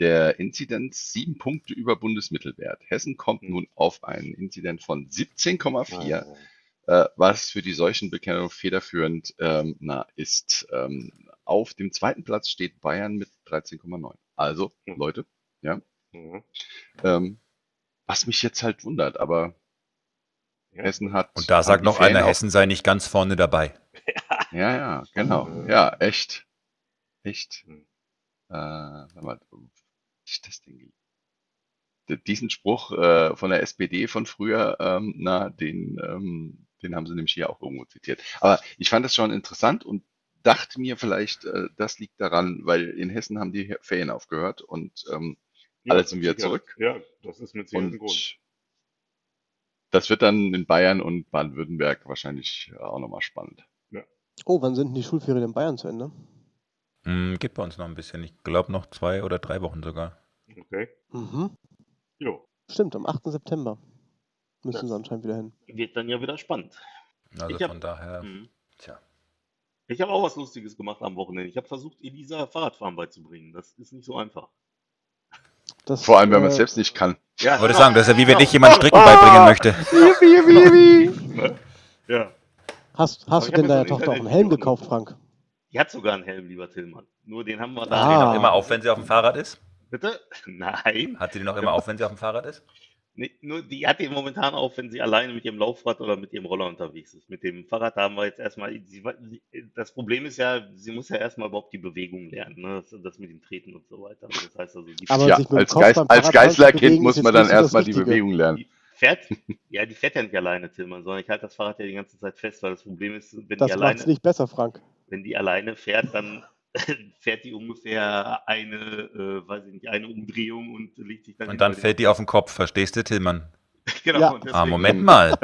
Speaker 8: der Inzidenz sieben Punkte über Bundesmittelwert. Hessen kommt
Speaker 10: Hm.
Speaker 8: nun auf einen Inzident von 17,4,
Speaker 10: Also,
Speaker 8: äh, was für die Seuchenbekämpfung federführend ähm, na, ist. Ähm, auf dem zweiten Platz steht Bayern mit 13,9. Also
Speaker 10: Hm.
Speaker 8: Leute,
Speaker 10: mhm.
Speaker 8: ähm, was mich jetzt halt wundert, aber
Speaker 10: Ja.
Speaker 8: Hessen hat
Speaker 3: Und da
Speaker 8: haben
Speaker 3: sagt
Speaker 8: die
Speaker 3: noch
Speaker 8: Ferien
Speaker 3: einer,
Speaker 8: auch-
Speaker 3: Hessen sei nicht ganz vorne dabei.
Speaker 8: Ja, ja, genau.
Speaker 10: Mhm.
Speaker 8: Ja, echt. Echt.
Speaker 10: Mhm.
Speaker 8: Äh, warte mal, wo hab ich das Ding. gelesen? D- Diesen Spruch äh, von der SPD von früher, ähm, na, den, ähm, den haben sie nämlich hier auch irgendwo zitiert. Aber ich fand das schon interessant und dachte mir vielleicht, äh, das liegt daran, weil in Hessen haben die Ferien aufgehört und ähm,
Speaker 10: Ja,
Speaker 8: alle
Speaker 10: das
Speaker 8: sind
Speaker 10: ist
Speaker 8: wieder
Speaker 10: sicher-
Speaker 8: zurück.
Speaker 10: Ja, das ist mit Sicherheit ein Grund.
Speaker 8: Und das wird dann in Bayern und Baden-Württemberg wahrscheinlich auch nochmal spannend.
Speaker 1: Oh, wann sind denn die Schulferien in Bayern zu Ende?
Speaker 3: Hm, gibt bei uns noch ein bisschen. Ich glaube noch zwei oder drei Wochen sogar.
Speaker 10: Okay.
Speaker 1: Mhm.
Speaker 10: Jo.
Speaker 1: Stimmt, am 8. September müssen
Speaker 10: Das-
Speaker 1: sie anscheinend wieder hin.
Speaker 10: Wird dann ja wieder spannend.
Speaker 3: Also
Speaker 10: Ich hab-
Speaker 3: von daher.
Speaker 10: Mhm.
Speaker 3: Tja.
Speaker 10: Ich habe auch was Lustiges gemacht am Wochenende. Ich habe versucht, Elisa Fahrradfahren beizubringen. Das ist nicht so einfach.
Speaker 1: Das,
Speaker 8: Vor allem, wenn man es
Speaker 1: äh,
Speaker 8: selbst nicht kann.
Speaker 10: Ja,
Speaker 3: Ich wollte
Speaker 10: genau.
Speaker 3: sagen, das ist ja wie wenn ich jemand Stricken
Speaker 8: Ah.
Speaker 3: beibringen möchte.
Speaker 10: Ja.
Speaker 1: Hast,
Speaker 10: Aber
Speaker 1: hast
Speaker 10: ich
Speaker 1: du
Speaker 10: hab
Speaker 1: denn
Speaker 10: mir
Speaker 1: deiner
Speaker 10: so ein
Speaker 1: Tochter auch einen
Speaker 10: Internetvideo
Speaker 1: Helm gekauft, Frank?
Speaker 10: Die hat sogar einen Helm, lieber Tillmann. Nur den haben wir
Speaker 3: Hat die noch
Speaker 1: Ah.
Speaker 10: da.
Speaker 3: immer auf, wenn sie auf dem Fahrrad ist?
Speaker 10: Bitte? Nein.
Speaker 3: Hat sie die noch immer auf, wenn sie auf dem Fahrrad ist?
Speaker 10: Nee, nur die hat den momentan auch, wenn sie alleine mit ihrem Laufrad oder mit ihrem Roller unterwegs ist. Mit dem Fahrrad haben wir jetzt erstmal. Sie, wa- sie- das Problem ist ja, sie muss ja erstmal überhaupt die Bewegung lernen. Ne? Das, das mit dem Treten und so weiter. Das heißt also, die
Speaker 1: Aber
Speaker 8: ja,
Speaker 1: sich mit dem
Speaker 8: als,
Speaker 1: Kopf
Speaker 8: Geist,
Speaker 1: beim
Speaker 8: als
Speaker 1: Fahrrad fahren zu
Speaker 8: Geißlerkind
Speaker 1: bewegen,
Speaker 8: muss
Speaker 1: ist jetzt
Speaker 8: man dann
Speaker 1: nicht so das
Speaker 8: erstmal die
Speaker 1: Richtige.
Speaker 8: Bewegung lernen.
Speaker 10: Die fährt, ja, die fährt ja nicht alleine, Tillmann, sondern ich halte das Fahrrad ja die ganze Zeit fest, weil das Problem ist, wenn die
Speaker 1: Das macht
Speaker 10: alleine,
Speaker 1: es nicht besser, Frank.
Speaker 10: wenn die alleine fährt, dann fährt die ungefähr eine, äh, weiß ich nicht, eine Umdrehung und legt sich dann
Speaker 3: Und dann
Speaker 10: hinter den-
Speaker 3: fällt die auf den Kopf, verstehst du, Tillmann?
Speaker 10: Genau,
Speaker 1: Ja.
Speaker 10: und
Speaker 3: Ah,
Speaker 10: deswegen-
Speaker 3: Moment mal.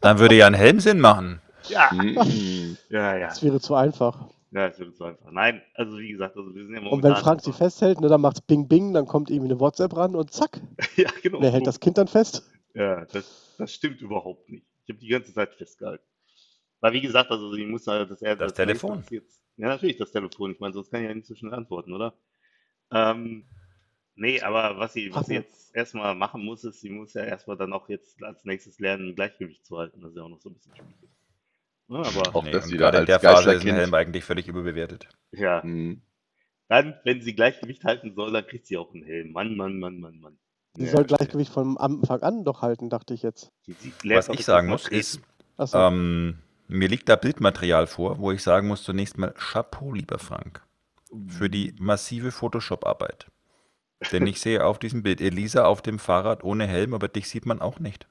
Speaker 3: Dann würde ja ein Helm Sinn machen.
Speaker 10: Ja,
Speaker 8: Mhm.
Speaker 10: ja, ja,
Speaker 1: Das wäre zu einfach.
Speaker 10: ja, das wird so einfach. Nein, also wie gesagt, also wir sind ja
Speaker 1: Und wenn
Speaker 10: momentan.
Speaker 1: Frank sie festhält, ne, dann macht's Bing Bing, dann kommt irgendwie eine WhatsApp ran und zack,
Speaker 10: Ja, genau.
Speaker 1: wer hält das Kind dann fest?
Speaker 10: Ja, das, das stimmt überhaupt nicht. Ich habe die ganze Zeit festgehalten. Weil wie gesagt, also sie muss halt das,
Speaker 3: Das Telefon.
Speaker 10: nächste Jetzt, ja, natürlich das Telefon. Ich meine, sonst kann ich ja nicht so schnell antworten, oder? Ähm, nee, aber was sie, was sie
Speaker 1: Ach so.
Speaker 10: jetzt erstmal machen muss, ist, sie muss ja erstmal dann auch jetzt als nächstes lernen, ein Gleichgewicht zu halten. Das ist ja auch noch so ein bisschen schwierig. Ja, aber
Speaker 8: Auch das
Speaker 3: und
Speaker 8: wieder
Speaker 3: gerade in
Speaker 8: als
Speaker 3: der Phase ist ein
Speaker 8: Geisterkind.
Speaker 3: Helm eigentlich völlig überbewertet.
Speaker 10: ja,
Speaker 8: Mhm.
Speaker 10: dann, wenn sie Gleichgewicht halten soll, dann kriegt sie auch einen Helm. Mann, Mann, Mann, Mann, Mann.
Speaker 1: Sie
Speaker 8: Ja,
Speaker 1: soll Gleichgewicht vom Anfang an doch halten, dachte ich jetzt.
Speaker 10: Sie, sie
Speaker 3: Was
Speaker 10: lernt auch
Speaker 3: ich
Speaker 10: jetzt
Speaker 3: sagen
Speaker 10: erstmal
Speaker 3: muss, ist,
Speaker 10: treten.
Speaker 1: Achso.
Speaker 3: ähm, mir liegt da Bildmaterial vor, wo ich sagen muss, zunächst mal Chapeau, lieber Frank, für die massive Photoshop-Arbeit. Denn ich sehe auf diesem Bild Elisa auf dem Fahrrad ohne Helm, aber dich sieht man auch nicht.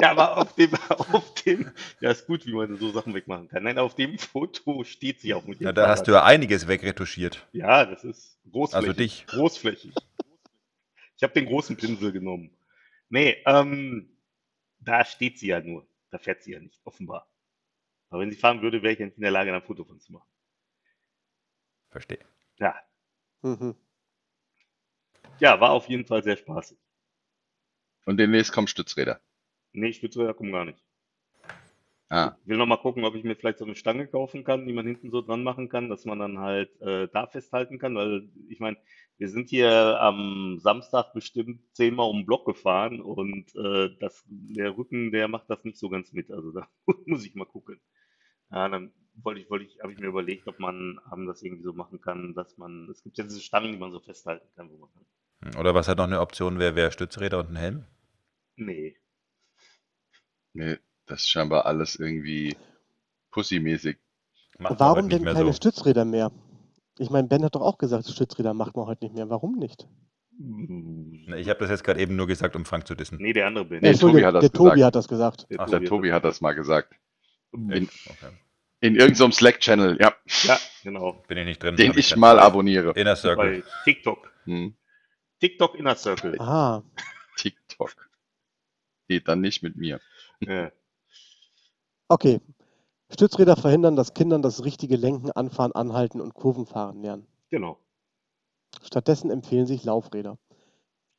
Speaker 10: Ja, aber auf dem, auf dem, ja, ist gut, wie man so Sachen wegmachen kann. Nein, auf dem Foto steht sie auch mit dem
Speaker 3: Ja, da hast du ja einiges wegretuschiert.
Speaker 10: Ja, das ist großflächig.
Speaker 3: Also dich.
Speaker 10: Großflächig. Ich habe den großen Pinsel genommen. Nee, ähm, da steht sie ja nur. Da fährt sie ja nicht, offenbar. Aber wenn sie fahren würde, wäre ich ja nicht in der Lage, da ein Foto von zu machen.
Speaker 3: Verstehe.
Speaker 10: Ja,
Speaker 1: Mhm.
Speaker 10: ja, war auf jeden Fall sehr spaßig.
Speaker 8: Und demnächst kommen Stützräder.
Speaker 10: Nee, Spitzwälder kommen gar nicht.
Speaker 8: Ah,
Speaker 10: Ich will noch mal gucken, ob ich mir vielleicht so eine Stange kaufen kann, die man hinten so dran machen kann, dass man dann halt äh, da festhalten kann. Weil ich meine, wir sind hier am Samstag bestimmt zehnmal um den Block gefahren und äh, das, der Rücken, der macht das nicht so ganz mit. Also da muss ich mal gucken. Ja, dann wollte ich, wollte ich, habe ich mir überlegt, ob man haben das irgendwie so machen kann, dass man, es gibt ja diese Stangen, die man so festhalten kann, wo man kann.
Speaker 3: Oder was halt noch eine Option wäre, wäre Stützräder und ein Helm.
Speaker 10: Nee,
Speaker 8: nee, das ist scheinbar alles irgendwie pussymäßig.
Speaker 3: Macht man heute
Speaker 1: Warum
Speaker 3: nicht
Speaker 1: denn
Speaker 3: mehr
Speaker 1: keine
Speaker 3: so.
Speaker 1: Stützräder mehr? Ich meine, Ben hat doch auch gesagt, Stützräder macht man heute nicht mehr. Warum nicht?
Speaker 3: Na, Ich habe das jetzt gerade eben nur gesagt, um Frank zu dissen.
Speaker 10: nee, der andere bin
Speaker 8: Nee,
Speaker 10: ich.
Speaker 8: Tobi
Speaker 1: Entschuldigung,
Speaker 8: hat das
Speaker 1: der Tobi
Speaker 8: gesagt.
Speaker 1: hat das gesagt.
Speaker 10: Der
Speaker 3: Ach,
Speaker 10: Tobi
Speaker 8: Der
Speaker 10: hat
Speaker 8: Tobi
Speaker 10: das-
Speaker 8: hat das mal gesagt. In,
Speaker 3: Echt? Okay.
Speaker 8: in irgendeinem Slack-Channel, ja,
Speaker 10: Ja, genau.
Speaker 3: Bin ich nicht drin.
Speaker 8: den
Speaker 3: hab
Speaker 8: ich
Speaker 3: keinen
Speaker 8: mal
Speaker 3: Zugriff.
Speaker 8: abonniere.
Speaker 3: Inner Circle.
Speaker 10: Bei TikTok.
Speaker 8: Hm,
Speaker 10: TikTok Inner Circle.
Speaker 1: Ah,
Speaker 8: TikTok. Geht dann nicht mit mir.
Speaker 10: Ja.
Speaker 1: okay. Stützräder verhindern, dass Kindern das richtige Lenken, Anfahren, Anhalten und Kurvenfahren lernen.
Speaker 10: Genau,
Speaker 1: Stattdessen empfehlen sich Laufräder.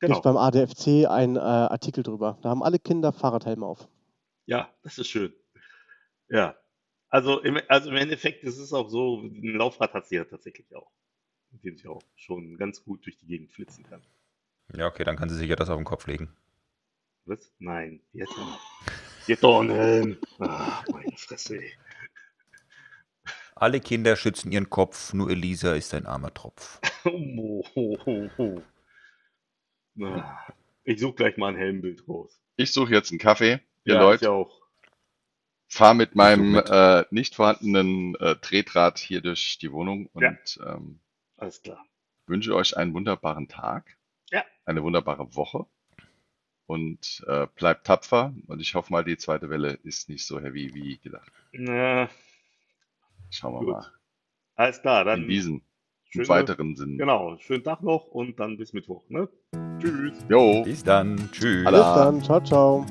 Speaker 1: Gibt
Speaker 10: genau.
Speaker 1: es beim ADFC einen äh, Artikel drüber. Da haben alle Kinder Fahrradhelme auf.
Speaker 10: Ja, das ist schön. Ja. Also im, also im Endeffekt ist es auch so, ein Laufrad hat sie ja tatsächlich auch, mit dem sie auch schon ganz gut durch die Gegend flitzen kann.
Speaker 3: Ja, okay, dann kann sie sich ja das auf den Kopf legen.
Speaker 10: Was? Nein, die hat ja die hat doch einen. Ach, meine Fresse. ey.
Speaker 3: Alle Kinder schützen ihren Kopf, nur Elisa ist ein armer Tropf.
Speaker 10: Oh, ho, ho, ho. Na, Ich suche gleich mal ein Helmbild raus.
Speaker 8: Ich suche jetzt einen Kaffee, ihr
Speaker 10: Ja, ich
Speaker 8: Leute.
Speaker 10: auch.
Speaker 8: Fahr mit meinem
Speaker 3: mit.
Speaker 8: äh, nicht vorhandenen äh, Tretrad hier durch die Wohnung und
Speaker 10: Ja.
Speaker 8: ähm,
Speaker 10: Alles klar.
Speaker 8: wünsche euch einen wunderbaren Tag,
Speaker 10: Ja.
Speaker 8: eine wunderbare Woche und äh, bleibt tapfer. Und ich hoffe mal, die zweite Welle ist nicht so heavy wie gedacht.
Speaker 10: Na,
Speaker 8: Schauen wir
Speaker 10: Gut.
Speaker 8: mal.
Speaker 10: alles klar,
Speaker 8: In
Speaker 10: dann
Speaker 8: diesem
Speaker 10: schöne-
Speaker 8: weiteren Sinn.
Speaker 10: Genau, schönen Tag noch und dann bis Mittwoch, ne? Tschüss.
Speaker 8: Jo.
Speaker 3: Bis dann. Tschüss.
Speaker 8: Alla.
Speaker 1: Bis dann, ciao, ciao.